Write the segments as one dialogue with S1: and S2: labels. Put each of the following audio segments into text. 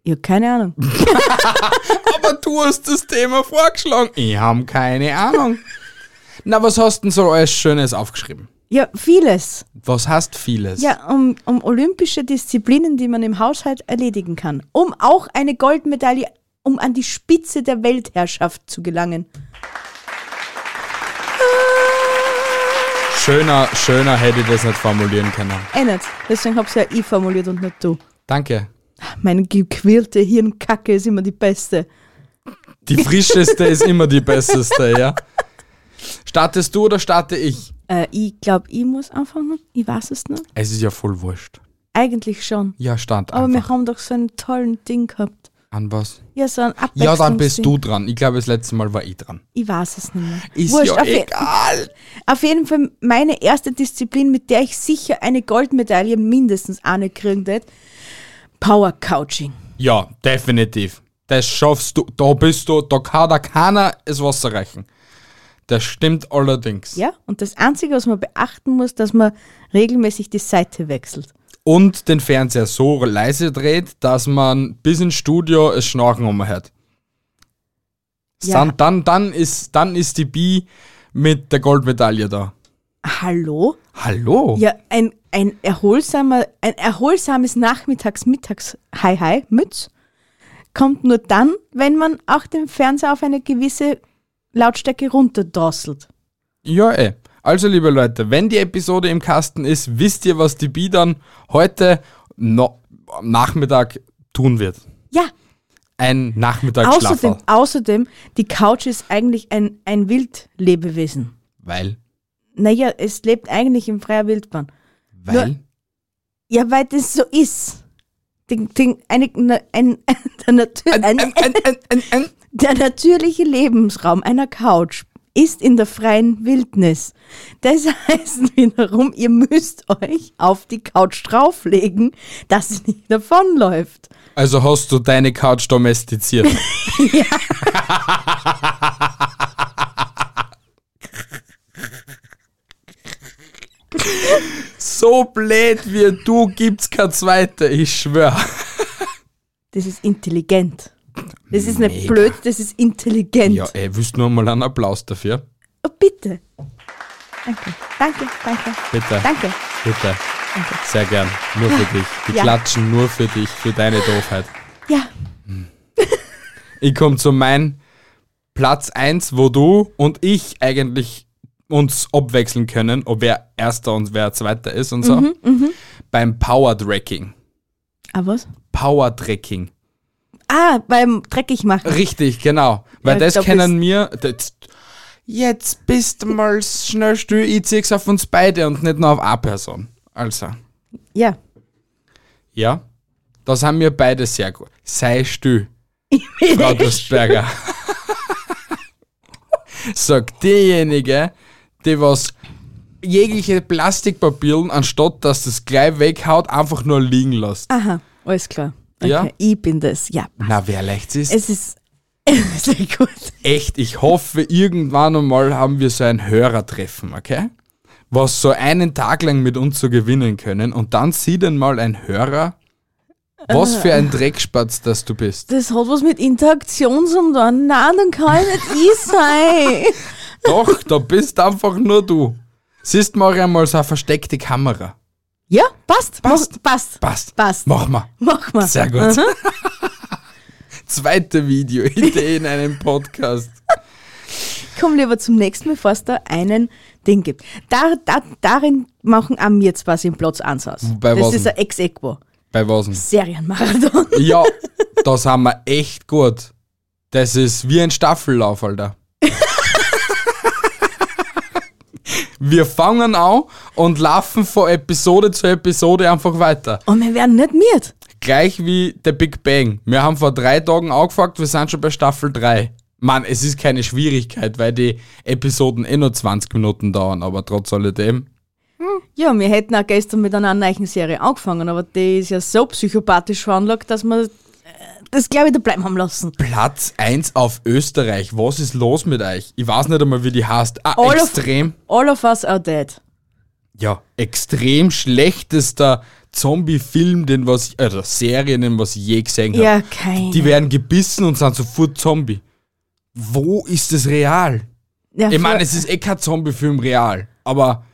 S1: Ich hab keine Ahnung.
S2: aber Ah, du hast das Thema vorgeschlagen. Ich habe keine Ahnung. Na, was hast denn so alles Schönes aufgeschrieben?
S1: Ja, vieles.
S2: Was heißt vieles?
S1: Ja, um, um olympische Disziplinen, die man im Haushalt erledigen kann. Um auch eine Goldmedaille, um an die Spitze der Weltherrschaft zu gelangen.
S2: Schöner, schöner hätte ich das nicht formulieren können.
S1: Ändert. Deswegen hab's ja ich formuliert und nicht du.
S2: Danke.
S1: Meine gequirlte Hirnkacke ist immer die beste.
S2: Die frischeste ist immer die besteste, ja? Startest du oder starte ich?
S1: Äh, ich glaube, ich muss anfangen. Ich weiß es nicht.
S2: Es ist ja voll wurscht.
S1: Eigentlich schon.
S2: Ja, start
S1: Aber wir
S2: einfach.
S1: haben doch so einen tollen Ding gehabt.
S2: An was?
S1: Ja, so ein
S2: Ja, dann bist
S1: Abwechslungsding.
S2: du dran. Ich glaube, das letzte Mal war ich dran.
S1: Ich weiß es nicht mehr.
S2: Ist
S1: Wurscht,
S2: ja
S1: auf, je-
S2: egal.
S1: auf jeden Fall meine erste Disziplin, mit der ich sicher eine Goldmedaille mindestens eine kriegen werde. Power Couching.
S2: Ja, definitiv. Das schaffst du. Da bist du. Da kann da keiner das Wasser reichen. Das stimmt allerdings.
S1: Ja, und das Einzige, was man beachten muss, dass man regelmäßig die Seite wechselt.
S2: Und den Fernseher so leise dreht, dass man bis ins Studio es Schnarchen umhört.
S1: Ja.
S2: Dann, dann, dann, ist, dann ist die Bi mit der Goldmedaille da.
S1: Hallo?
S2: Hallo?
S1: Ja, ein, ein, erholsamer, ein erholsames Nachmittags-Mittags-Hi-Hi-Mütz kommt nur dann, wenn man auch den Fernseher auf eine gewisse Lautstärke runterdrosselt.
S2: Ja, eh. Also, liebe Leute, wenn die Episode im Kasten ist, wisst ihr, was die Bi dann heute no am Nachmittag tun wird.
S1: Ja,
S2: Ein
S1: außerdem,
S2: Nachmittagsschlaffer.
S1: außerdem, die Couch ist eigentlich ein, ein Wildlebewesen.
S2: Weil,
S1: Naja, es lebt eigentlich in freier Wildbahn.
S2: weil,
S1: Nur- Ja, weil das so ist. Ding, ding, eine, na- ein, der, Natur,
S2: Ein-
S1: ein,
S2: ein- ein- ein- ein- ein-
S1: der natürliche Lebensraum einer Couch ist in der freien Wildnis. Das heißt wiederum, ihr müsst euch auf die Couch drauflegen, dass sie nicht davonläuft.
S2: also hast du deine Couch domestiziert. so blöd wie du gibt's keine zweite, ich schwör.
S1: Das ist intelligent. Das ist nicht
S2: Mega.
S1: blöd, das ist intelligent.
S2: Ja, ey, willst du nur mal einen Applaus dafür?
S1: Oh, bitte. Danke, danke, danke,
S2: Bitte.
S1: danke.
S2: Bitte. Sehr gern. Nur für dich. Die
S1: Ja.
S2: klatschen nur für dich, für deine Doofheit.
S1: Ja,
S2: Ich komme zu meinem Platz 1, wo du und ich eigentlich uns abwechseln können, ob wer Erster und wer Zweiter ist und so.
S1: Mhm,
S2: Beim Power-Tracking.
S1: aber was?
S2: Power-Tracking.
S1: Ah, beim Dreckig machen.
S2: Richtig, genau. Weil
S1: Ja,
S2: das
S1: da
S2: kennen wir. Das, jetzt bist du mal schnell still, ich zieh's auf uns beide und nicht nur auf eine Person. Also,
S1: Ja.
S2: ja. Das haben wir beide sehr gut. Sei still. Frau Dustberger. Sagt diejenige, die was jegliche Plastikpapieren, anstatt dass das gleich weghaut, einfach nur liegen lässt.
S1: Aha, alles klar.
S2: Ja?
S1: Okay, ich bin das. Ja.
S2: Na, wer leicht ist?
S1: Es ist sehr gut.
S2: Echt, ich hoffe, irgendwann einmal haben wir so ein Hörertreffen, okay? Was so einen Tag lang mit uns so gewinnen können und dann sieht einmal ein Hörer, was für ein Dreckspatz das du bist.
S1: Das hat was mit Interaktion zu tun. Nein, dann kann ich nicht ich sein.
S2: Doch, da bist einfach nur du. Siehst mal einmal so eine versteckte Kamera.
S1: Ja, passt.
S2: Passt.
S1: Mach- Passt.
S2: Passt.
S1: Passt.
S2: Mach mal.
S1: Mach mal.
S2: Sehr gut. Zweite Videoidee in einem Podcast.
S1: Komm lieber zum nächsten, bevor es da einen Ding gibt. Da, da, darin machen auch wir jetzt was im Platz 1 aus.
S2: Bei
S1: das
S2: was
S1: ist
S2: denn?
S1: ein Ex-Equo.
S2: Bei was denn?
S1: Serienmarathon.
S2: Ja, da sind wir echt gut. Das ist wie ein Staffellauf, Alter. Wir fangen an und laufen von Episode zu Episode einfach weiter.
S1: Und wir werden nicht miert.
S2: Gleich wie der Big Bang. Wir haben vor drei Tagen angefragt, wir sind schon bei Staffel 3. Mann, es ist keine Schwierigkeit, weil die Episoden eh nur 20 Minuten dauern, aber trotz alledem.
S1: Ja, wir hätten auch gestern mit einer neuen Serie angefangen, aber die ist ja so psychopathisch veranlagt, dass wir äh, das, glaube ich, da bleiben haben lassen.
S2: Platz 1 auf Österreich. Was ist los mit euch? Ich weiß nicht einmal, wie die heißt. Ah,
S1: All of-
S2: extrem.
S1: All of us are dead.
S2: ja, extrem schlechtester Zombie-Film, den was, also Serien, den was ich je gesehen habe.
S1: Ja, keine.
S2: Die werden gebissen und sind sofort Zombie. Wo ist das real?
S1: ja,
S2: Ich meine,
S1: für-
S2: es ist eh kein Zombie-Film real, aber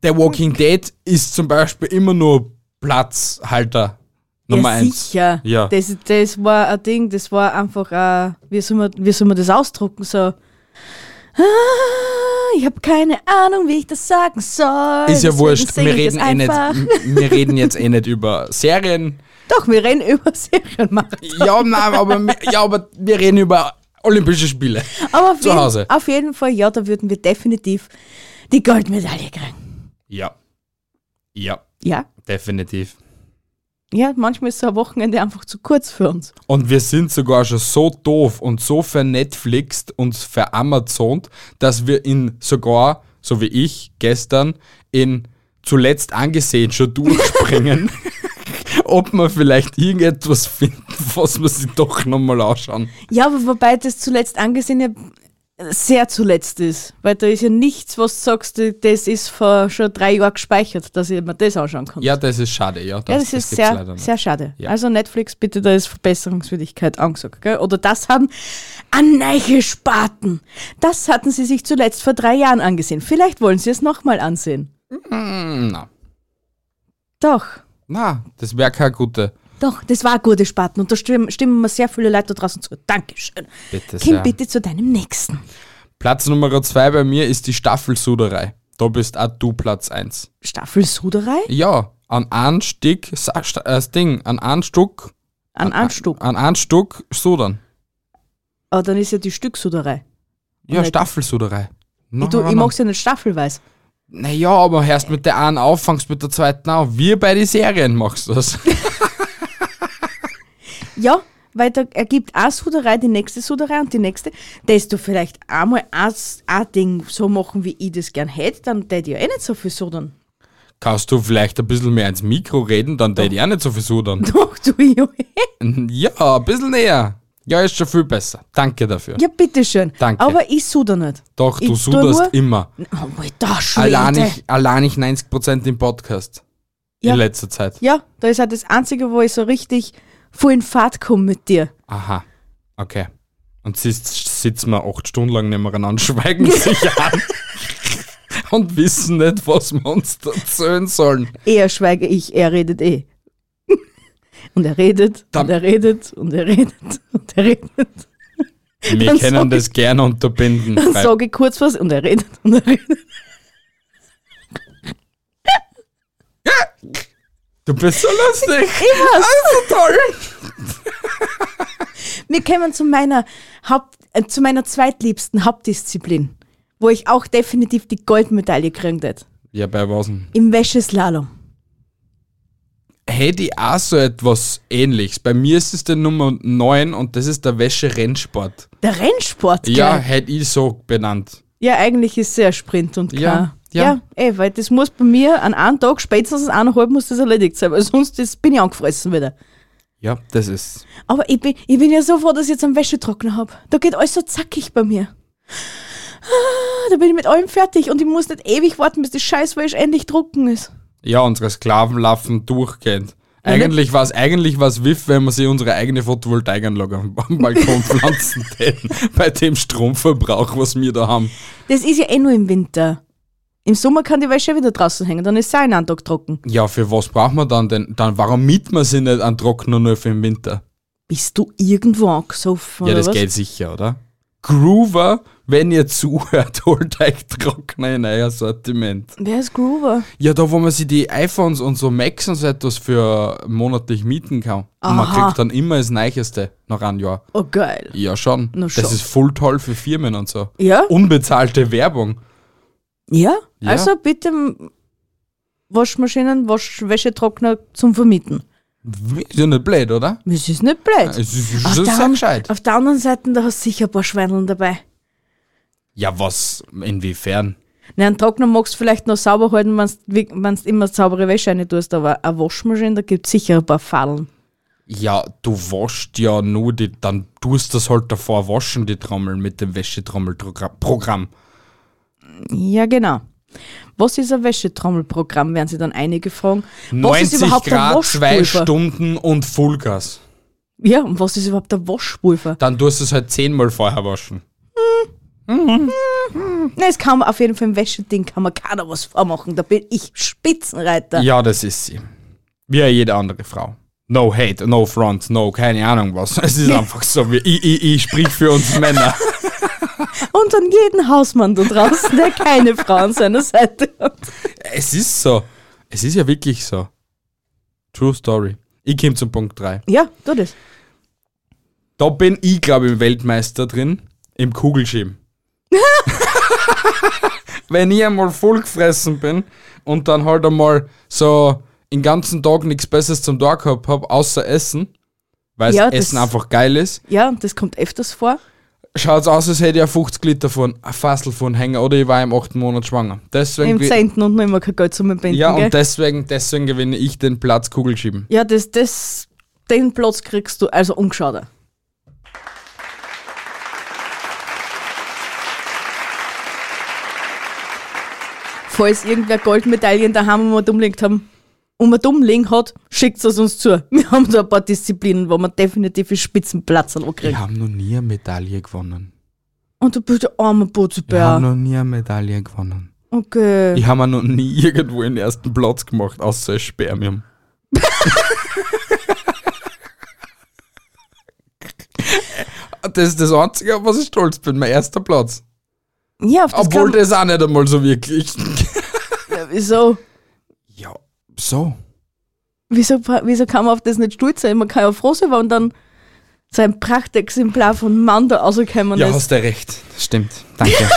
S2: der Walking Dead ist zum Beispiel immer nur Platzhalter Nummer
S1: ja,
S2: eins.
S1: Sicher.
S2: Ja.
S1: Das, das war ein Ding, das war einfach, ein, wie, soll man, wie soll man das ausdrucken? So, ah, ich habe keine Ahnung, wie ich das sagen soll.
S2: Ist ja
S1: deswegen
S2: wurscht,
S1: sing
S2: wir
S1: ich
S2: reden,
S1: das
S2: eh nicht,
S1: einfach.
S2: wir reden jetzt eh nicht über Serien,
S1: Doch, wir reden über Serienmarathon.
S2: Ja, nein, aber, ja, aber wir reden über Olympische Spiele.
S1: Aber auf
S2: Zu
S1: jeden,
S2: Hause.
S1: auf jeden Fall, ja, da würden wir definitiv die Goldmedaille kriegen.
S2: Ja. Ja,
S1: Ja,
S2: definitiv.
S1: ja, manchmal ist so ein Wochenende einfach zu kurz für uns.
S2: Und wir sind sogar schon so doof und so vernetflixt und veramazont, dass wir in sogar, so wie ich gestern, in zuletzt angesehen schon durchspringen, ob wir vielleicht irgendetwas finden, was wir sich doch nochmal anschauen.
S1: Ja, aber wobei das zuletzt angesehen ja sehr zuletzt ist, weil da ist ja nichts, was du sagst, das ist vor schon drei Jahren gespeichert, dass ich mir das anschauen kann.
S2: Ja, das ist schade, ja.
S1: Ja, das, ist
S2: gibt's
S1: sehr, sehr schade.
S2: Ja.
S1: Also Netflix, bitte, da ist Verbesserungswürdigkeit angesagt. Gell? Oder das haben Aneiche Spaten. Das hatten sie sich zuletzt vor drei Jahren angesehen. Vielleicht wollen sie es nochmal ansehen.
S2: Na,
S1: Doch,
S2: na, das wäre keine gute.
S1: doch, das war gute Spaten. Und da stimmen, stimmen mir sehr viele Leute da draußen zu. Dankeschön.
S2: Bitte
S1: Kim,
S2: sehr.
S1: bitte zu deinem Nächsten.
S2: Platz Nummer zwei bei mir ist die Staffelsuderei. Da bist auch du Platz eins.
S1: Staffel Suderei?
S2: Ja, an einem Stück, Sa- Sta- äh, das Ding, an einem Stück,
S1: An
S2: Ah,
S1: Anstuck.
S2: an einem Stück sudern.
S1: Aber dann ist ja die Stücksuderei.
S2: Ja,
S1: Nicht.
S2: Staffelsuderei.
S1: Ich, tu- ich mach's ja nicht staffelweise.
S2: Naja, aber hörst mit der einen auf, fangst mit der zweiten auf. Wie bei den Serien machst du das.
S1: Ja, weil da ergibt eine Suderei die nächste Suderei und die nächste. Dass du vielleicht einmal ein, S- ein Ding so machen, wie ich das gern hätte, dann tät ich ja eh nicht so viel sudern.
S2: Kannst du vielleicht ein bisschen mehr ins Mikro reden, dann tät ich auch nicht so viel sudern.
S1: Doch, du Junge.
S2: Ja, ein bisschen näher. Ja, ist schon viel besser. Danke dafür.
S1: Ja, bitteschön.
S2: Danke.
S1: Aber ich suder nicht.
S2: Doch, du
S1: Ich tu
S2: suderst
S1: nur-
S2: immer.
S1: Oh, da
S2: Allein ich, allein ich 90% im Podcast.
S1: Ja.
S2: In letzter Zeit.
S1: Ja, da ist halt das Einzige, wo ich so richtig voll in Fahrt komme mit dir.
S2: Aha. Okay. Und sitzt, sitzen wir acht Stunden lang nebeneinander, schweigen sich an und wissen nicht, was wir uns erzählen sollen.
S1: Er schweige ich, er redet eh. Und er redet,
S2: Dann-
S1: und er redet, und er redet, und er redet.
S2: Wir
S1: Dann
S2: können
S1: sag
S2: das gerne unterbinden.
S1: Dann
S2: weil-
S1: sage ich kurz was und er redet und er redet.
S2: du bist so lustig.
S1: Immer
S2: so toll.
S1: Ah, Wir kommen zu meiner, Haupt, äh, zu meiner zweitliebsten Hauptdisziplin, wo ich auch definitiv die Goldmedaille kriegen werde.
S2: Ja, bei was denn?
S1: Im Wäscheslalom.
S2: Hätte ich auch so etwas ähnliches. Bei mir ist es der Nummer 9 und das ist der Wäscherennsport.
S1: Der Rennsport,
S2: Ja,
S1: gell?
S2: hätte ich so benannt.
S1: Ja, eigentlich ist es ja Sprint und
S2: Ja.
S1: klar.
S2: Ja.
S1: ey, weil das muss bei mir an einem Tag, spätestens an eineinhalb muss das erledigt sein, weil sonst das bin ich angefressen wieder.
S2: Ja, das ist.
S1: Aber ich bin, ich bin ja so froh, dass ich jetzt einen Wäschetrockner habe. Da geht alles so zackig bei mir. Ah, Da bin ich mit allem fertig und ich muss nicht ewig warten, bis die Scheißwäsche endlich drucken ist.
S2: Ja, unsere Sklavenlaffen durchgehend. Eigentlich war es eigentlich war's Wiff, wenn wir sie unsere eigene Photovoltaikanlage am am Balkon pflanzen täten, bei dem Stromverbrauch, was wir da haben.
S1: Das ist ja eh nur im Winter. Im Sommer kann die Wäsche wieder draußen hängen, dann ist sie auch in einem Tag trocken.
S2: Ja, für was braucht man dann denn? Dann warum mieten wir sie nicht an Trockner nur für den Winter?
S1: Bist du irgendwo angesoffen?
S2: ja,
S1: oder
S2: das
S1: was?
S2: geht sicher, oder? Groover, wenn ihr zuhört, holt euch Trockner in euer Sortiment.
S1: Wer ist Groover?
S2: Ja, da wo man sich die iPhones und so Macs und so etwas für monatlich mieten kann. Und man
S1: Aha.
S2: kriegt dann immer das Neueste nach einem Jahr.
S1: Oh, geil.
S2: Ja, schon.
S1: Na
S2: das
S1: schon.
S2: ist voll toll für Firmen und so.
S1: Ja?
S2: Unbezahlte Werbung.
S1: Ja?
S2: Ja.
S1: Also bitte m- Waschmaschinen, Wasch Wäschetrockner zum Vermieten.
S2: Ist ja nicht blöd, oder?
S1: Das ist nicht blöd.
S2: Es ist,
S1: Auf
S2: es ist
S1: der
S2: sehr
S1: an-
S2: gescheit.
S1: Auf der anderen Seite, da hast du sicher ein paar Schweineln dabei.
S2: Ja, was? Inwiefern?
S1: Na, einen Trockner magst du vielleicht noch sauber halten, wenn du immer saubere Wäsche rein tust, aber eine Waschmaschine, da gibt es sicher ein paar Fallen.
S2: Ja, du waschst ja nur die, dann tust das halt davor waschen, die Trommel mit dem Wäschetrommelprogramm.
S1: Ja, genau. Was ist ein Wäschetrommelprogramm, werden sie dann einige fragen. Was ist
S2: 90
S1: überhaupt ein
S2: Grad, zwei
S1: Waschpulver?
S2: Stunden und Vollgas.
S1: Ja, und was ist überhaupt ein Waschpulver?
S2: Dann tust du es halt zehnmal vorher waschen.
S1: Nein, es kann man auf jeden Fall im Wäscheding kann man keiner was vormachen. Da bin ich Spitzenreiter.
S2: Ja, das ist sie. Wie jede andere Frau. No hate, no front, no keine Ahnung was. Es ist einfach so, wie ich, ich, ich sprich für uns Männer.
S1: Und an jeden Hausmann da draußen, der keine Frau an seiner Seite hat.
S2: Es ist so. Es ist ja wirklich so. True Story. Ich komme zum Punkt 3.
S1: Ja, tu das.
S2: Da bin ich, glaube ich, Weltmeister drin. Im Kugelschieben. Wenn ich einmal vollgefressen bin und dann halt einmal so den ganzen Tag nichts Besseres zum Tag gehabt habe, außer Essen, weil
S1: Ja, das-
S2: Essen einfach geil ist,
S1: Ja, und das kommt öfters vor.
S2: schaut es aus, als hätte ich ein 50 Liter von ein Fassel von hängen oder ich war im achten Monat schwanger. Deswegen
S1: Im
S2: gewi-
S1: Zehnten und noch immer kein Geld zum Binden.
S2: ja,
S1: gell?
S2: und deswegen, deswegen gewinne ich den Platz Kugelschieben.
S1: ja das, das, den Platz kriegst du, also umgeschaut. Falls irgendwer Goldmedaillen daheim um und umlegt haben, um und umlegen hat, schickt es uns zu. Wir haben da ein paar Disziplinen, wo wir definitiv einen Spitzenplatz
S2: Wir
S1: ankriegen.
S2: haben noch nie eine Medaille gewonnen.
S1: Und du bist der arme
S2: Wir haben
S1: Butzerbär.
S2: noch nie eine Medaille gewonnen.
S1: Okay.
S2: Ich habe noch nie irgendwo den ersten Platz gemacht, außer als Spermium. das ist das Einzige, auf was ich stolz bin, mein erster Platz.
S1: Ja, auf das
S2: Obwohl
S1: kann,
S2: das auch nicht einmal so wirklich.
S1: wieso,
S2: ja, so.
S1: wieso, wieso kann man auf das nicht stolz sein? Man kann ja froh sein, wenn dann sein Prachtexemplar von Mann da rausgekommen
S2: ja,
S1: ist.
S2: hast du recht. Das stimmt. Danke.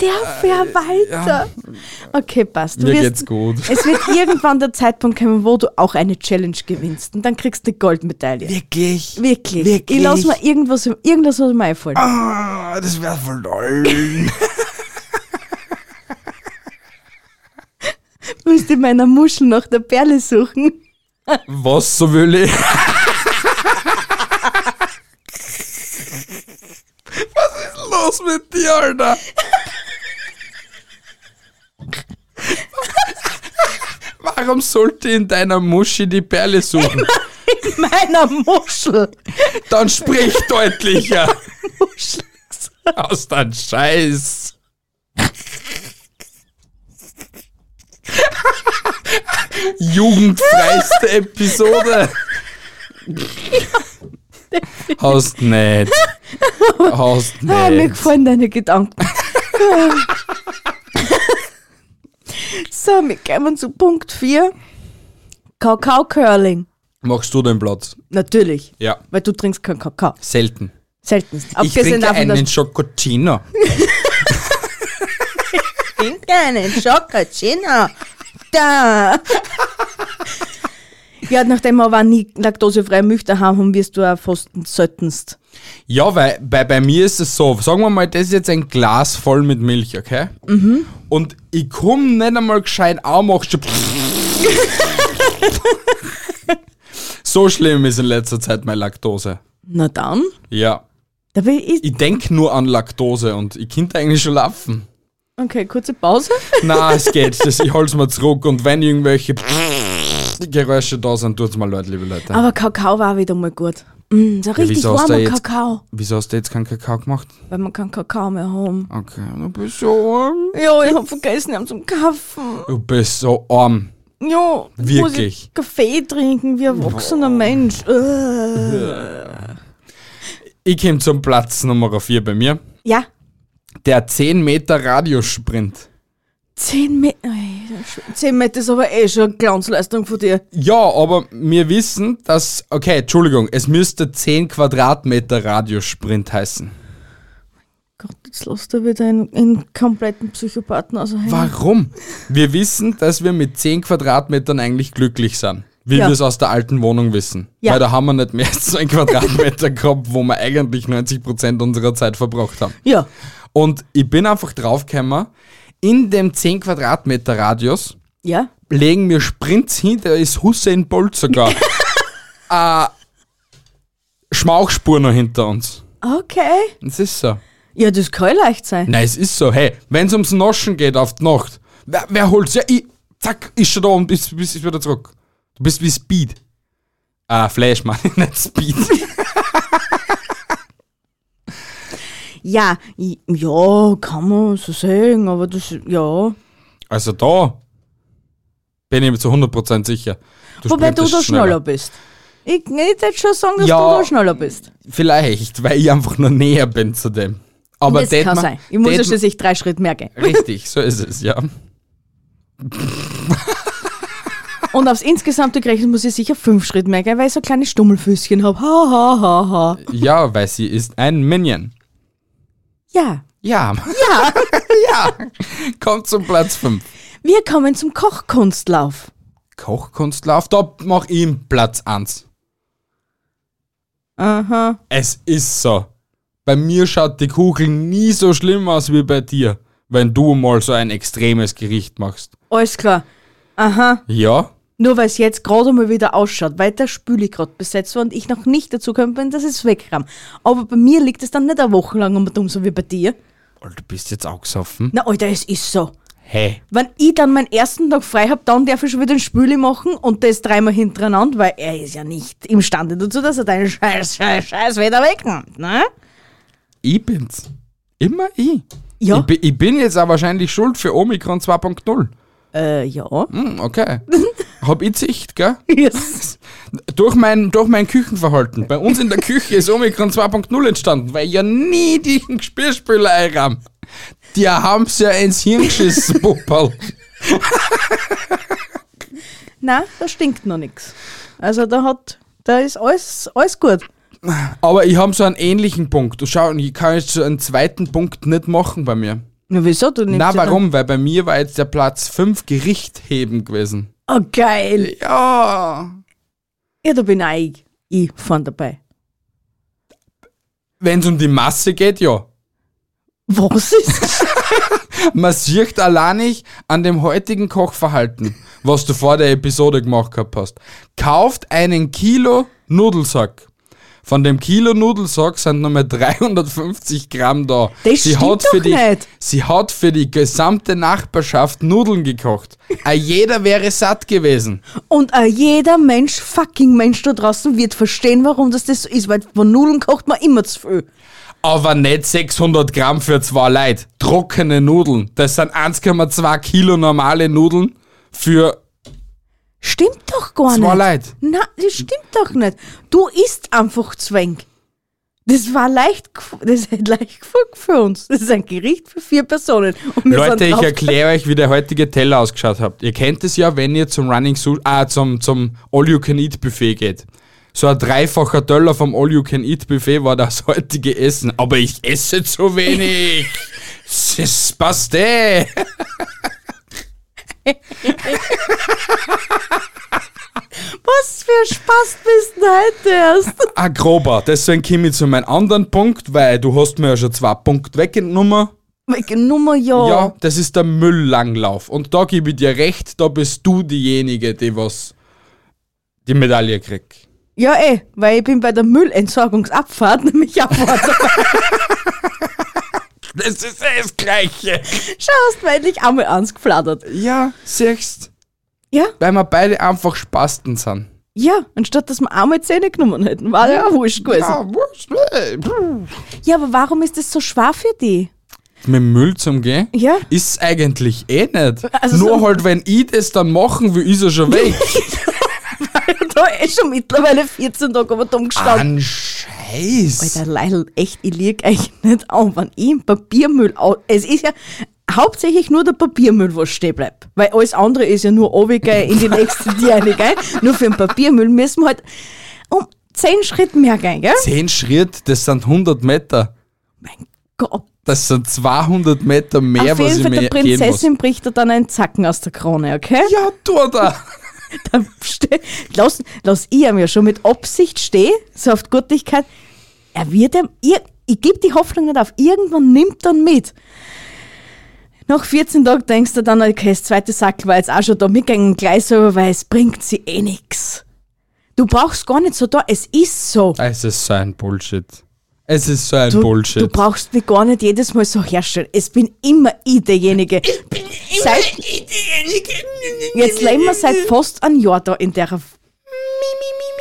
S1: Der Verwalter. Okay, passt.
S2: Äh,
S1: Du
S2: Mir
S1: wirst-
S2: geht's gut.
S1: Es wird irgendwann der Zeitpunkt kommen, wo du auch eine Challenge gewinnst und dann kriegst du eine Goldmedaille.
S2: Wirklich?
S1: Wirklich. Ich lass mir irgendwas, irgendwas was mir einfallen.
S2: Ah, das wäre voll toll.
S1: Müsste in meiner Muschel nach der Perle suchen.
S2: was, so will ich? was ist los mit dir, Alter? Warum sollte ich in deiner Muschi die Perle suchen?
S1: In meiner Muschel.
S2: Dann sprich deutlicher
S1: Muschel.
S2: aus deinem Scheiß. Jugendfreiste Episode. Hast nicht. Hast
S1: Ah, mir
S2: nicht.
S1: gefallen deine Gedanken. so, wir kommen zu Punkt 4. Kakao Curling.
S2: Machst du den Platz?
S1: Natürlich.
S2: Ja.
S1: Weil du trinkst keinen Kakao.
S2: Selten.
S1: Seltenst.
S2: Ich trinke einen Schokotino.
S1: trinke einen Schokocino. Da. Ja, nachdem wir aber nie laktosefreie Milch daheim haben, wirst du auch fasten seltenst
S2: Ja, weil bei, bei mir ist es so, sagen wir mal, das ist jetzt ein Glas voll mit Milch, okay? Mhm. Und ich komme nicht einmal gescheit auch mach schon. so schlimm ist in letzter Zeit meine Laktose.
S1: Na dann,
S2: Ja.
S1: da will ich.
S2: Ich denke nur an Laktose und ich könnte eigentlich schon laufen.
S1: Okay, kurze Pause.
S2: Na, es geht. Das, ich hol's mal zurück und wenn irgendwelche Geräusche da sind, tut's mal leid, liebe Leute.
S1: Aber Kakao war wieder mal gut. Mm, so richtig
S2: wieso hast du
S1: warmer
S2: jetzt-
S1: Kakao,
S2: Wieso hast du jetzt keinen Kakao gemacht?
S1: weil man keinen Kakao mehr haben.
S2: Okay, du bist so arm.
S1: Ja, ich hab vergessen, ihn zum Kaffen.
S2: Du bist so arm.
S1: Ja, jetzt Muss
S2: Wirklich?
S1: ich Kaffee trinken wie ein erwachsener Mensch. Äh.
S2: Ich komme zum Platz Nummer 4 bei mir.
S1: Ja,
S2: Der 10 Meter Radiosprint.
S1: 10 Meter. Ey, das ist schon- 10 Meter ist aber eh schon eine Glanzleistung von dir.
S2: Ja, aber wir wissen, dass. Okay, Entschuldigung, es müsste 10 Quadratmeter Radiosprint heißen.
S1: Gott, jetzt lässt er wieder einen, einen kompletten Psychopathen also aushängen.
S2: Warum? Wir wissen, dass wir mit 10 Quadratmetern eigentlich glücklich sind. Wie
S1: Ja.
S2: wir es aus der alten Wohnung wissen.
S1: Ja.
S2: Weil da haben wir nicht mehr als ein Quadratmeter gehabt, wo wir eigentlich 90% unserer Zeit verbracht haben.
S1: Ja.
S2: Und ich bin einfach draufgekommen, in dem 10 Quadratmeter Radius
S1: Ja?
S2: legen mir Sprints hin, da ist Hussein Bolt sogar. äh, Schmauchspur noch hinter uns.
S1: Okay.
S2: Es ist so.
S1: Ja, das kann ja leicht sein.
S2: Nein, es ist so. Hey, wenn es ums Noschen geht auf die Nacht, wer, wer holt's? Ja, ich, zack, ist schon da und bist, bist, ist wieder zurück. Du bist wie Speed. Ah, Flash, Mann, nicht Speed.
S1: Ja, i- ja, kann man so sagen, aber das, ja.
S2: Also da bin ich mir zu 100% sicher.
S1: Wobei du
S2: sprintest
S1: da schneller bist. Ich, ich würde schon sagen, dass
S2: Ja.
S1: du da schneller bist.
S2: Vielleicht, weil ich einfach nur näher bin zu dem. Aber
S1: das
S2: tät
S1: kann
S2: man-
S1: sein. Ich muss
S2: tät
S1: ja
S2: man-
S1: schließlich drei Schritte mehr gehen.
S2: Richtig, so ist es, ja.
S1: Und aufs Insgesamte gerechnet muss ich sicher fünf Schritte mehr gehen, weil ich so kleine Stummelfüßchen habe. Ha, ha, ha, ha.
S2: Ja, weil sie ist ein Minion.
S1: Ja.
S2: Ja.
S1: Ja.
S2: ja. Kommt zum Platz 5.
S1: Wir kommen zum Kochkunstlauf.
S2: Kochkunstlauf, da mach ich ihm Platz 1.
S1: Aha.
S2: Es ist so. Bei mir schaut die Kugel nie so schlimm aus wie bei dir, wenn du mal so ein extremes Gericht machst.
S1: Alles klar.
S2: Ja?
S1: Nur weil es jetzt gerade mal wieder ausschaut, weil der Spüli gerade besetzt war und ich noch nicht dazu gekommen bin, dass ich es wegkram. Aber bei mir liegt es dann nicht eine Woche lang um und um, so wie bei dir.
S2: Und Oh, du bist jetzt auch gesoffen?
S1: Na, Alter, es ist so.
S2: Hä?
S1: Wenn ich dann meinen ersten Tag frei habe, dann darf ich schon wieder den Spüli machen und das dreimal hintereinander, weil er ist ja nicht imstande dazu, dass er deinen scheiß, scheiß, scheiß wieder wegnimmt, ne?
S2: Ich bin's. Immer ich.
S1: Ja.
S2: Ich, bi- ich bin jetzt auch wahrscheinlich schuld für Omikron 2.0.
S1: Äh, ja.
S2: Hm, okay. Hab ich Sicht, gell?
S1: Yes.
S2: Durch mein, durch mein Küchenverhalten. Bei uns in der Küche ist Omikron 2.0 entstanden, weil ich ja nie die Geschirrspüler einrahm. Die haben's ja ins Hirn geschissen, Puppal.
S1: Na, da stinkt noch nichts. Also da hat, da ist alles, alles gut.
S2: Aber ich habe so einen ähnlichen Punkt. Du Schau, ich kann jetzt so einen zweiten Punkt nicht machen bei mir.
S1: Na, wieso? Du nimmst
S2: Na,
S1: ja dann-
S2: warum? Weil bei mir war jetzt der Platz 5 Gericht heben gewesen.
S1: Oh, geil.
S2: Ja.
S1: Ja, da bin auch ich, ich von dabei.
S2: Wenn's um die Masse geht, ja.
S1: Was ist?
S2: Man sieht allein nicht an dem heutigen Kochverhalten, was du vor der Episode gemacht gehabt hast. Kauft einen Kilo Nudelsack. Von dem Kilo Nudelsack sind nochmal 350 Gramm da.
S1: Das stimmt
S2: für
S1: doch
S2: die,
S1: nicht.
S2: Sie hat für die gesamte Nachbarschaft Nudeln gekocht. Ah, jeder wäre satt gewesen.
S1: Und auch jeder Mensch, fucking Mensch da draußen wird verstehen, warum das das so ist, weil von Nudeln kocht man immer zu viel.
S2: Aber nicht 600 Gramm für zwei Leute. Trockene Nudeln. Das sind 1,2 Kilo normale Nudeln für
S1: Stimmt doch gar
S2: zwei
S1: Ah, nicht.
S2: Leute.
S1: Na, das stimmt doch nicht. Du isst einfach Zwäng. Das war leicht, gef- das ist leicht gefuckt für uns. Das ist ein Gericht für vier Personen. Und wir
S2: Leute,
S1: sind
S2: ich
S1: drauf-
S2: erkläre euch, wie der heutige Teller ausgeschaut hat. Ihr kennt es ja, wenn ihr zum Running Su ah, zum, zum All-You-Can-Eat-Buffet geht. So ein dreifacher Teller vom All-You-Can-Eat-Buffet war das heutige Essen. Aber ich esse zu wenig. Es eh. ist Paste.
S1: Was für Spaß bist denn heute erst?
S2: Ah, grober. Deswegen komme ich zu meinem anderen Punkt, weil du hast mir ja schon zwei Punkte weggenommen.
S1: Welche Nummer, ja.
S2: Ja, das ist der Mülllanglauf. Und da gebe ich dir recht, da bist du diejenige, die was die Medaille kriegt.
S1: Ja, eh, weil ich bin bei der Müllentsorgungsabfahrt nämlich abfahrt.
S2: Das ist eh das Gleiche.
S1: Schaust, weil ich einmal angeflattert.
S2: Ja, siehst,
S1: Ja,
S2: weil wir beide einfach Spasten sind.
S1: ja, anstatt dass wir einmal Zähne genommen hätten, war ja auch wurscht gewesen. Ja.
S2: wurscht.
S1: aber warum ist das so schwer für die?
S2: Mit Müll zum Gehen?
S1: Ja.
S2: Ist eigentlich eh nicht.
S1: Also
S2: Nur
S1: so-
S2: halt, wenn ich das dann machen will, ist er schon weg.
S1: da ist schon mittlerweile 14 Tage aber dumm gestanden.
S2: An Scheiß.
S1: Alter, Leil, echt, ich lieg euch nicht an, wenn ich im Papiermüll au- Es ist ja hauptsächlich nur der Papiermüll, was stehen bleibt. Weil alles andere ist ja nur runtergehen in die nächste Tiere, gell? Nur für den Papiermüll müssen wir halt um 10 Schritt mehr gehen, gell?
S2: Zehn Schritt, das sind 100 Meter.
S1: Mein Gott.
S2: Das sind 200 Meter mehr,
S1: Auf
S2: was
S1: jeden
S2: ich
S1: Fall,
S2: mir
S1: der
S2: gehen muss.
S1: Prinzessin bricht er dann einen Zacken aus der Krone, okay?
S2: Ja, tu da.
S1: Dann ste- lass, lass ich ihm ja schon mit Absicht stehen, so auf die Guttigkeit. Er wird ihm, ir- ich gebe die Hoffnung nicht auf, irgendwann nimmt er ihn mit. Nach 14 Tagen denkst du dann, okay, das zweite Sackel war jetzt auch schon da, mitgegangen gleich selber, weil es bringt sie eh nix. Du brauchst gar nicht so da, es ist so.
S2: Es ist so ein Bullshit. Es ist so ein
S1: Du,
S2: Bullshit.
S1: du brauchst mich gar nicht jedes Mal so herstellen. Es bin immer ich derjenige. Ich bin immer seit, ich derjenige. Jetzt leben wir seit fast einem Jahr da in der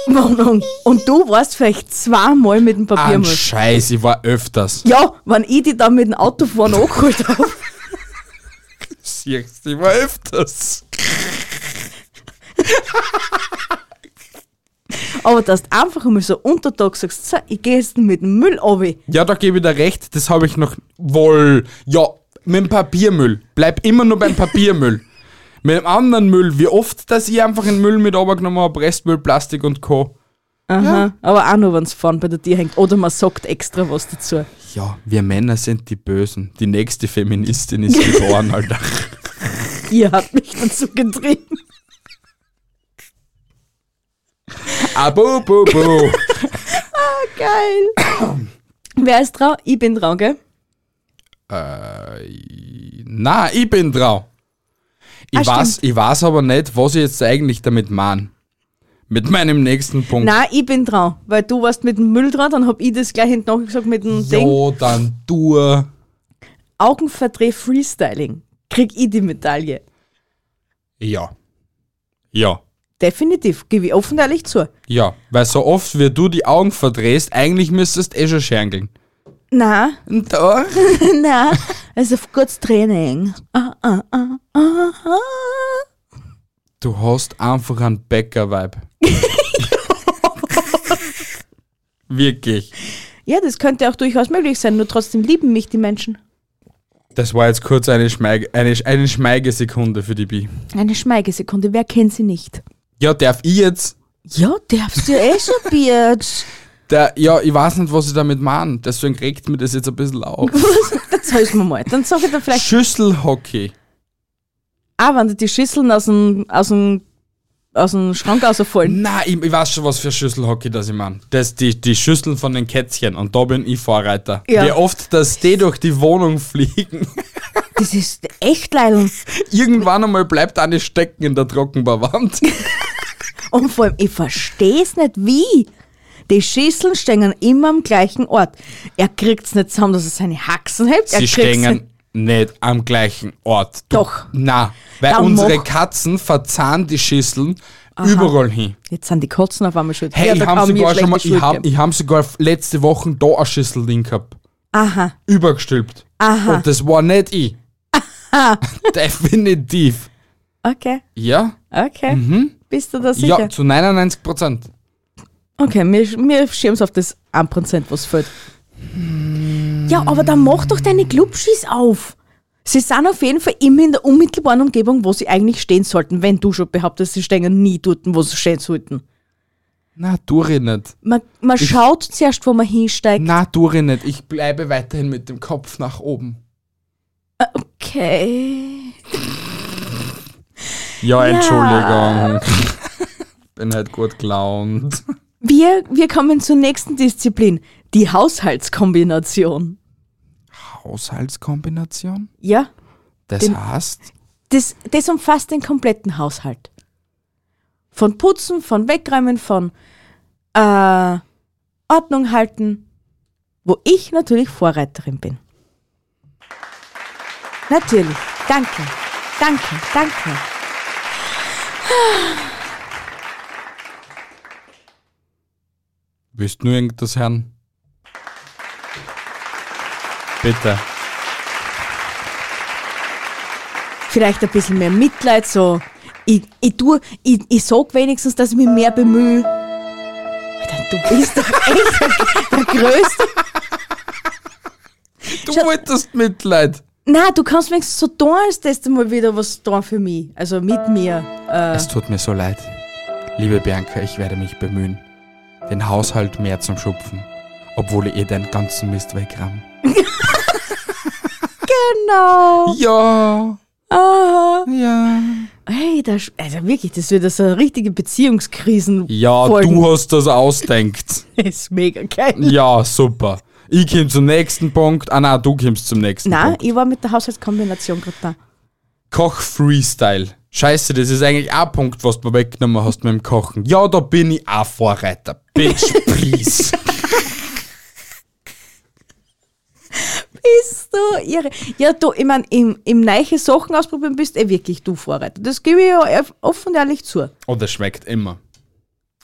S1: Wohnung. Und du warst vielleicht zweimal mit dem
S2: An
S1: Papiermüll.
S2: Scheiß, ich war öfters.
S1: Ja, wenn ich die dann mit dem Auto vorne angeholt habe.
S2: Siehst, ich war öfters.
S1: Aber dass du einfach einmal so unter Tag sagst, so, ich gehe jetzt mit dem Müll runter.
S2: Ja, da gebe ich dir recht, das habe ich noch wohl. Ja, mit dem Papiermüll. Bleib immer nur beim Papiermüll. mit dem anderen Müll, wie oft, dass ich einfach den Müll mit runtergenommen habe, Restmüll, Plastik und Co.
S1: Aha. Aber auch nur, wenn es vorne bei der Tür hängt. Oder man sagt extra was dazu.
S2: Ja, wir Männer sind die Bösen. Die nächste Feministin ist geboren, Alter.
S1: Ihr habt mich dazu getrieben.
S2: Abu, bu, bu.
S1: Geil. Wer ist dran? Ich bin dran, gell?
S2: Na, ich bin drauf. Ich,
S1: Ah,
S2: weiß, ich weiß aber nicht, was ich jetzt eigentlich damit meine. Mit meinem nächsten Punkt.
S1: Nein, ich bin dran, weil du warst mit dem Müll dran, dann hab ich das gleich hinten nachgesagt mit dem Ding.
S2: jo, dann du.
S1: Augenverdreh Freestyling. Krieg ich die Medaille.
S2: Ja. Ja.
S1: Definitiv, gebe ich offen und ehrlich zu.
S2: Ja. Weil so oft, wie du die Augen verdrehst, eigentlich müsstest eh schon scherngeln.
S1: Nein,
S2: Und da?
S1: nein, also auf kurz Training. Ah, ah, ah, ah, ah.
S2: Du hast einfach einen Bäcker-Vibe. Wirklich.
S1: Ja, das könnte auch durchaus möglich sein, nur trotzdem lieben mich die Menschen.
S2: Das war jetzt kurz eine, Schmeig eine, eine Schmeigesekunde für die Bi.
S1: Eine Schweigesekunde, wer kennt sie nicht?
S2: Ja, darf ich jetzt
S1: Ja, darfst du eh schon, Bitch.
S2: Der, ja, ich weiß nicht, was ich damit meine. Deswegen regt mir das jetzt ein bisschen auf.
S1: Dann sag's mir mal. Dann sag ich dir vielleicht
S2: Schüsselhockey.
S1: auch, Ah, wenn dir die Schüsseln aus dem, aus dem, aus dem Schrank rausfallen.
S2: Nein, ich, ich weiß schon, was für Schüsselhockey das ich meine. Das die, die Schüsseln von den Kätzchen. Und da bin ich Vorreiter.
S1: Ja.
S2: Wie oft, dass die durch die Wohnung fliegen.
S1: Das ist echt leidend.
S2: Irgendwann einmal bleibt eine stecken in der Trockenbauwand.
S1: Und vor allem, ich verstehe es nicht, wie. Die Schüsseln stehen immer am gleichen Ort. Er kriegt es nicht zusammen, dass er seine Haxen hält. er
S2: Sie
S1: kriegt's nicht-
S2: stehen nicht am gleichen Ort. Du-
S1: Doch.
S2: Na, weil
S1: Dann
S2: unsere
S1: mach.
S2: Katzen verzahnen die Schüsseln überall hin.
S1: Jetzt sind die Kotzen auf einmal schuld.
S2: Hey,
S1: Ja,
S2: ich
S1: da
S2: habe
S1: kann mir
S2: sogar schon mal,
S1: schlechte
S2: ich
S1: Schuld
S2: hab,
S1: geben.
S2: ich hab sogar letzte Woche da ein Schüsselding gehabt.
S1: Aha,
S2: übergestülpt.
S1: Aha.
S2: Und das war nicht ich. Definitiv.
S1: okay,
S2: Ja?
S1: okay. Bist du da sicher?
S2: Mhm. Ja, zu 99 Prozent.
S1: Okay, mir, mir schirm's auf das 1%, was fehlt. Ja, aber dann mach doch deine Klubschis auf. Sie sind auf jeden Fall immer in der unmittelbaren Umgebung, wo sie eigentlich stehen sollten, wenn du schon behauptest, sie stehen nie dort, wo sie stehen sollten.
S2: Na, tue ich nicht.
S1: Man, man schaut zuerst, wo man hinsteigt.
S2: Na, tue ich nicht. Ich bleibe weiterhin mit dem Kopf nach oben.
S1: Okay.
S2: Ja,
S1: Entschuldigung.
S2: bin halt gut gelaunt.
S1: Wir, wir kommen zur nächsten Disziplin, die Haushaltskombination.
S2: Haushaltskombination?
S1: Ja,
S2: Das
S1: Den-
S2: heißt,
S1: das, das umfasst den kompletten Haushalt. Von Putzen, von Wegräumen, von äh, Ordnung halten, wo ich natürlich Vorreiterin bin. Natürlich. Danke. Danke. Danke.
S2: willst du nur irgendwas hören? Bitte.
S1: Vielleicht ein bisschen mehr Mitleid, so. Ich, ich, tu, ich, ich sag wenigstens, dass ich mich mehr bemühe. Alter, du bist doch echt der, der größte
S2: Du wolltest Mitleid.
S1: Na, du kannst wenigstens so tun, als das mal wieder was tun für mich. Also mit mir. Äh,
S2: Es tut mir so leid. Liebe Bianca, ich werde mich bemühen, den Haushalt mehr zum Schupfen, obwohl ihr den ganzen Mist wegrammt.
S1: genau.
S2: Ja,
S1: Ah.
S2: ja.
S1: Ey, das, also wirklich, das wird so eine richtige Beziehungskrisen.
S2: Ja,
S1: Folgen.
S2: du hast das ausdenkt.
S1: Ist mega geil.
S2: Ja, super. Ich komm zum nächsten Punkt. Ah, nein, du kommst zum nächsten
S1: Na,
S2: Punkt.
S1: ich war mit der Haushaltskombination gerade da.
S2: Koch-Freestyle. Scheiße, das ist eigentlich auch ein Punkt, was du mir weggenommen hast mit dem Kochen. Ja, da bin ich auch Vorreiter. Bitch, please.
S1: Bist du irre? Ja, du, ich mein, im, im neiche Sachen ausprobieren bist eh wirklich du Vorreiter. Das gebe ich ja eff- offen und ehrlich zu.
S2: Und es schmeckt immer.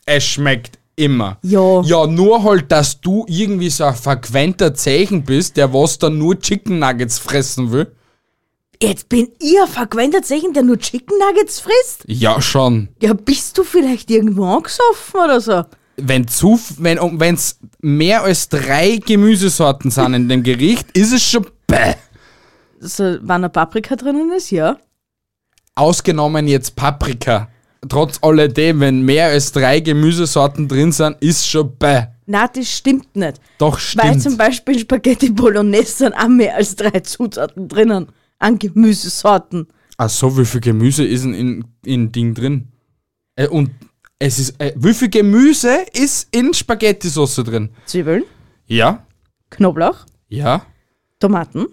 S2: Es schmeckt immer.
S1: Ja.
S2: Ja, nur halt, dass du irgendwie so ein verquenter Zeichen bist, der was dann nur Chicken Nuggets fressen will.
S1: Jetzt bin ich ein verquenter Zeichen, der nur Chicken Nuggets frisst?
S2: Ja, schon.
S1: Ja, bist du vielleicht irgendwo angesoffen oder so?
S2: Wenn zu, wenn um- wenn's mehr als drei Gemüsesorten sind in dem Gericht, ist es schon bäh.
S1: So, wenn eine Paprika drinnen ist, ja.
S2: Ausgenommen jetzt Paprika. Trotz alledem, wenn mehr als drei Gemüsesorten drin sind, ist schon bäh.
S1: Na, das stimmt nicht.
S2: Doch
S1: Weil zum
S2: stimmt.
S1: Beispiel in Spaghetti Bolognese sind auch mehr als drei Zutaten drinnen. An Gemüsesorten.
S2: Ach Ah, so, wie viel Gemüse ist denn in, in Ding drin? Äh, und es ist, äh, wie viel Gemüse ist in Spaghetti-Sauce drin?
S1: Zwiebeln,
S2: Ja,
S1: Knoblauch,
S2: ja.
S1: Tomaten.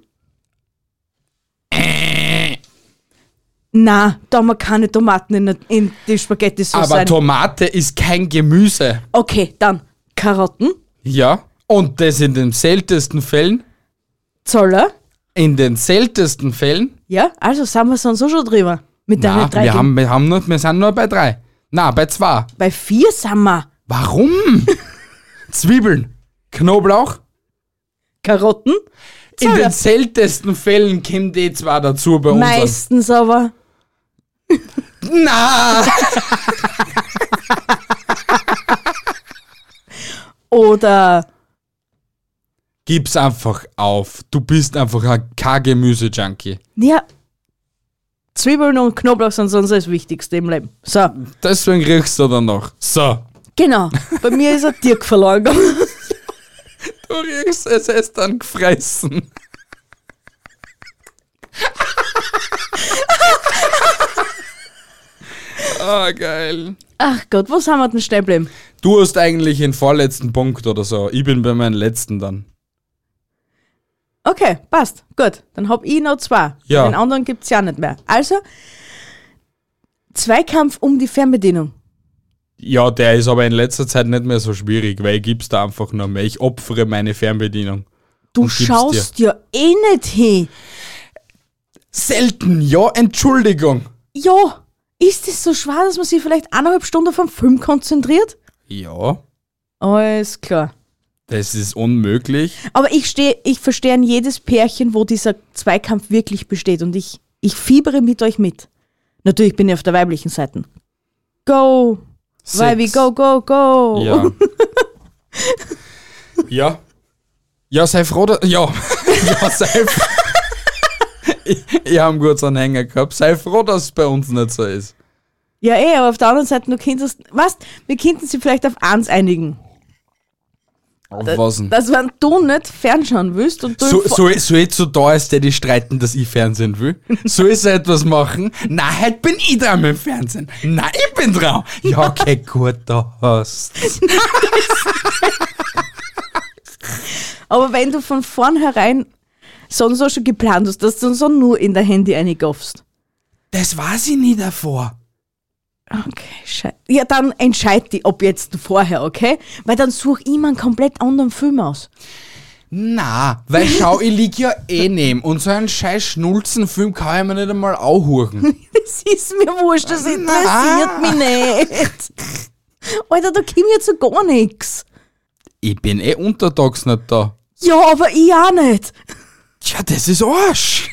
S1: Na, da haben wir keine Tomaten in, in die Spaghetti Sauce
S2: Aber
S1: rein.
S2: Tomate ist kein Gemüse.
S1: Okay, dann Karotten,
S2: Ja. Und das in den seltensten Fällen.
S1: Zoller.
S2: In den seltensten Fällen.
S1: Ja, also sind wir sonst auch schon drüber. Mit deinen
S2: Na,
S1: drei
S2: wir,
S1: Dingen.
S2: haben, wir, haben nur, wir sind nur bei drei. Na, bei zwei.
S1: Bei vier sind wir.
S2: Warum? Zwiebeln, Knoblauch.
S1: Karotten,
S2: In
S1: Zoller.
S2: den seltensten Fällen kommen die zwei dazu bei uns.
S1: meistens aber.
S2: Na!
S1: Oder
S2: Gib's einfach auf. Du bist einfach ein kein Gemüse-Junkie.
S1: Ja. Zwiebeln und Knoblauch sind sonst das Wichtigste im Leben. So,
S2: Deswegen riechst du dann noch. So.
S1: genau. Bei mir ist ein Dirk verloren gegangen.
S2: Du riechst es, es dann gefressen. Ah, geil.
S1: Ach Gott, was haben wir denn stehen geblieben?
S2: Du hast eigentlich den vorletzten Punkt oder so. Ich bin bei meinem letzten dann.
S1: Okay, passt. Gut, dann hab ich noch zwei.
S2: Ja.
S1: Den anderen gibt's ja nicht mehr. Also, Zweikampf um die Fernbedienung.
S2: Ja, der ist aber in letzter Zeit nicht mehr so schwierig, weil ich gib's da einfach nur mehr. Ich opfere meine Fernbedienung.
S1: Du
S2: Und gib's
S1: schaust ja eh nicht hin.
S2: Selten, ja, Entschuldigung.
S1: Ja, ist es so schwer, dass man sich vielleicht eineinhalb Stunden auf einen Film konzentriert?
S2: Ja,
S1: Alles klar.
S2: das ist unmöglich.
S1: Aber ich, stehe, ich verstehe an jedes Pärchen, wo dieser Zweikampf wirklich besteht und ich, ich fiebere mit euch mit. Natürlich bin ich auf der weiblichen Seite. Go, Weibi,
S2: Sex.
S1: go, go, go.
S2: Ja. ja. Ja, sei froh, dass, ja. ja, sei froh. ich ich habe einen guten Anhänger gehabt. Sei froh, dass es bei uns nicht so ist.
S1: ja, eh, aber auf der anderen Seite, du könntest, was, wir könnten sie vielleicht auf eins einigen.
S2: Aufwasen.
S1: Dass wenn du nicht fernschauen willst und du
S2: So,
S1: im Vor-
S2: so, so jetzt so da ist, der die streiten, dass ich Fernsehen will. So ist er etwas machen. Na, heute bin ich dran mit dem Fernsehen. Na, ich bin dran. Ja, okay, gut, da hast.
S1: Aber wenn du von vornherein sonst auch schon geplant hast, dass du so nur in dein Handy reingaffst.
S2: Das war sie nie davor.
S1: Okay, scheiße. Ja, dann entscheid dich ob jetzt vorher, okay? Weil dann such ich mir einen komplett anderen Film aus.
S2: Na, weil schau, ich lieg ja eh neben und so einen scheiß Schnulzenfilm kann ich mir nicht einmal anhuchen.
S1: Das ist mir wurscht, das interessiert mich nicht. Alter, da kommt jetzt so gar nichts.
S2: Ich bin eh untertags nicht da.
S1: Ja, aber ich auch nicht.
S2: Tja, das ist Arsch.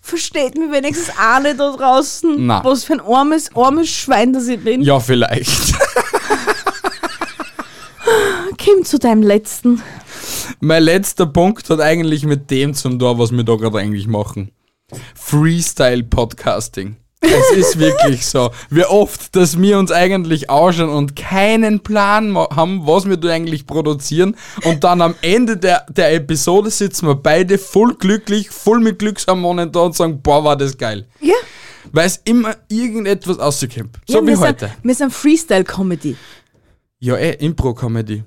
S1: Versteht mich wenigstens alle da draußen.
S2: Na.
S1: Was für ein armes, armes Schwein, das ich bin.
S2: Ja, vielleicht.
S1: Komm zu deinem letzten.
S2: Mein letzter Punkt hat eigentlich mit dem zum da, was wir da gerade eigentlich machen. Freestyle Podcasting. Es ist wirklich so. Wie oft, dass wir uns eigentlich ausschauen und keinen Plan ma- haben, was wir da eigentlich produzieren. Und dann am Ende der, der Episode sitzen wir beide voll glücklich, voll mit Glückshormonen da und sagen, boah, war das geil.
S1: Ja.
S2: Weil es immer irgendetwas rauskommt. So
S1: ja,
S2: wie
S1: wir
S2: heute.
S1: Sind, wir sind Freestyle-Comedy.
S2: Ja, eh, Impro-Comedy.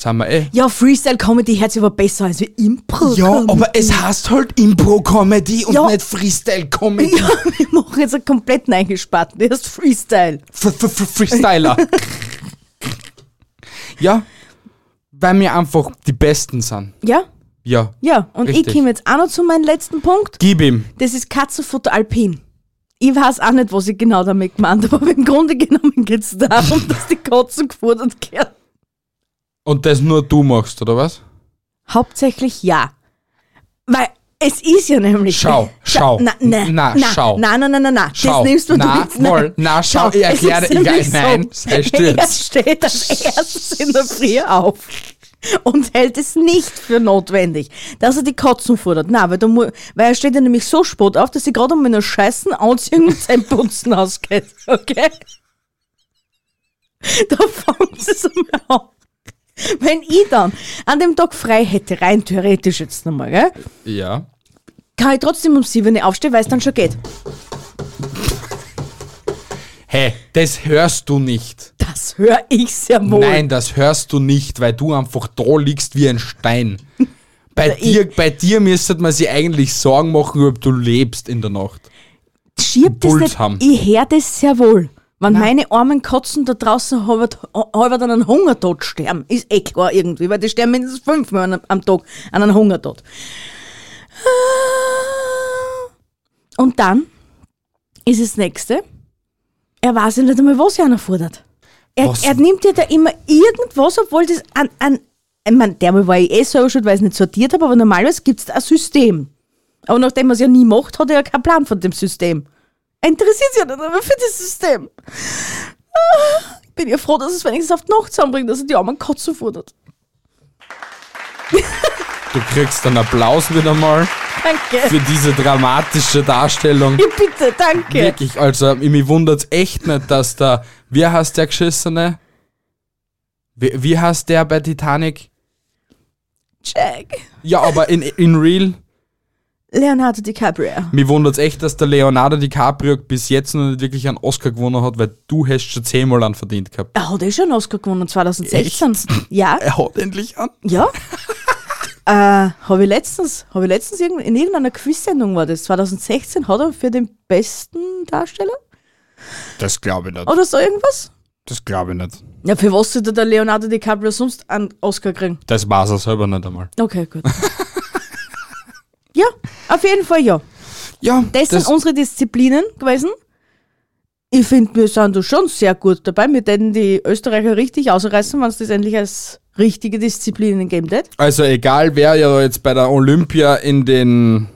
S2: Sind wir eh.
S1: Ja, Freestyle-Comedy hört sich aber besser als wie Impro.
S2: Ja, aber es heißt halt Impro-Comedy und
S1: Ja.
S2: nicht Freestyle-Comedy.
S1: Ja, wir machen jetzt einen kompletten Eingesparten. Der ist Freestyle.
S2: Fr- fr- fr- Freestyler. ja, weil wir einfach die Besten sind.
S1: Ja?
S2: Ja.
S1: Ja. Und
S2: Richtig.
S1: ich komme jetzt auch noch zu meinem letzten Punkt.
S2: Gib ihm.
S1: Das ist Katzenfutter Alpin. Ich weiß auch nicht, was ich genau damit gemeint habe, aber im Grunde genommen geht es darum, dass die Katzen gefordert werden.
S2: Und das nur du machst, oder was?
S1: Hauptsächlich ja. Weil es ist ja nämlich.
S2: Schau, schau.
S1: Na, na,
S2: Na,
S1: na,
S2: schau.
S1: Na, na, na, na, na.
S2: Schau.
S1: Das nimmst du
S2: Na,
S1: nicht. Nein.
S2: voll. Na, schau, ich
S1: es
S2: erkläre-
S1: ist
S2: ich-
S1: nämlich
S2: nein, sei stürzt.
S1: Er steht als erstes in der Früh auf und hält es nicht für notwendig, dass er die Katzen fordert. Nein, weil, da mu- weil er steht ja nämlich so spät auf, dass sie gerade um einen Scheißen anziehen und sein Putzen ausgeht. Okay? Da fangen sie so mal an. Wenn ich dann an dem Tag frei hätte, rein theoretisch jetzt nochmal, gell?
S2: Ja.
S1: kann ich trotzdem um 7 Uhr aufstehen, weil es dann schon geht.
S2: Hä, hey, das hörst du nicht.
S1: Das höre ich sehr wohl.
S2: Nein, das hörst du nicht, weil du einfach da liegst wie ein Stein. Bei
S1: ich-
S2: dir, bei dir müsste man sich eigentlich Sorgen machen, ob du lebst in der Nacht.
S1: Schiebt das
S2: Puls
S1: nicht.
S2: haben.
S1: Ich höre das sehr wohl. Wenn meine armen Katzen da draußen halber, halber an einem Hungertod sterben, ist eh klar irgendwie, weil die sterben mindestens fünfmal an, einem- am Tag an einem Hungertod. Und dann ist das nächste, er weiß ja nicht einmal, was er einer fordert. Er,
S2: Was?
S1: er nimmt ja da immer irgendwas, obwohl das an, an ich meine, dermal war ich eh selber schuld, weil ich es nicht sortiert habe, aber normalerweise gibt es da ein System. Aber nachdem er es ja nie macht, hat er ja keinen Plan von dem System. Er interessiert sich ja nicht einmal für das System. Ah, Ich bin ja froh, dass es wenigstens auf die Nacht zusammenbringt, dass er die armen Katzen fordert.
S2: Du kriegst einen Applaus wieder mal
S1: Danke.
S2: für diese dramatische Darstellung.
S1: Ja, bitte, danke.
S2: Wirklich, also mich wundert's echt nicht, dass da. Wie heißt der Geschissene? Wie, wie heißt der bei Titanic?
S1: Check.
S2: Ja, aber in, in real.
S1: Leonardo DiCaprio.
S2: Mich wundert's echt, dass der Leonardo DiCaprio bis jetzt noch nicht wirklich einen Oscar gewonnen hat, weil du hast schon zehnmal einen verdient gehabt.
S1: Er hat eh schon einen Oscar gewonnen, 2016. Ja,
S2: Er hat endlich an.
S1: ja. äh, habe ich letztens, habe ich letztens irgend, in irgendeiner Quiz-Sendung war das, 2016 hat er für den besten Darsteller
S2: Das glaube ich nicht.
S1: oder so irgendwas?
S2: Das glaube ich nicht.
S1: Ja, für was sollte der Leonardo DiCaprio sonst einen Oscar kriegen?
S2: Das war's er selber nicht einmal.
S1: Okay, gut. ja, auf jeden Fall ja.
S2: Ja,
S1: Das, sind unsere Disziplinen gewesen. Ich finde, wir sind da schon sehr gut dabei. Wir hätten die Österreicher richtig ausreißen, wenn es das endlich als richtige Disziplinen geben wird.
S2: also egal, wer ja jetzt bei der Olympia in den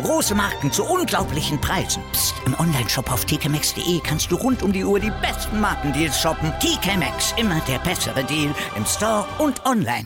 S3: große Marken zu unglaublichen Preisen. Psst. im Onlineshop auf tkmaxx.de kannst du rund um die Uhr die besten Markendeals shoppen. TK Maxx, immer der bessere Deal im Store und online.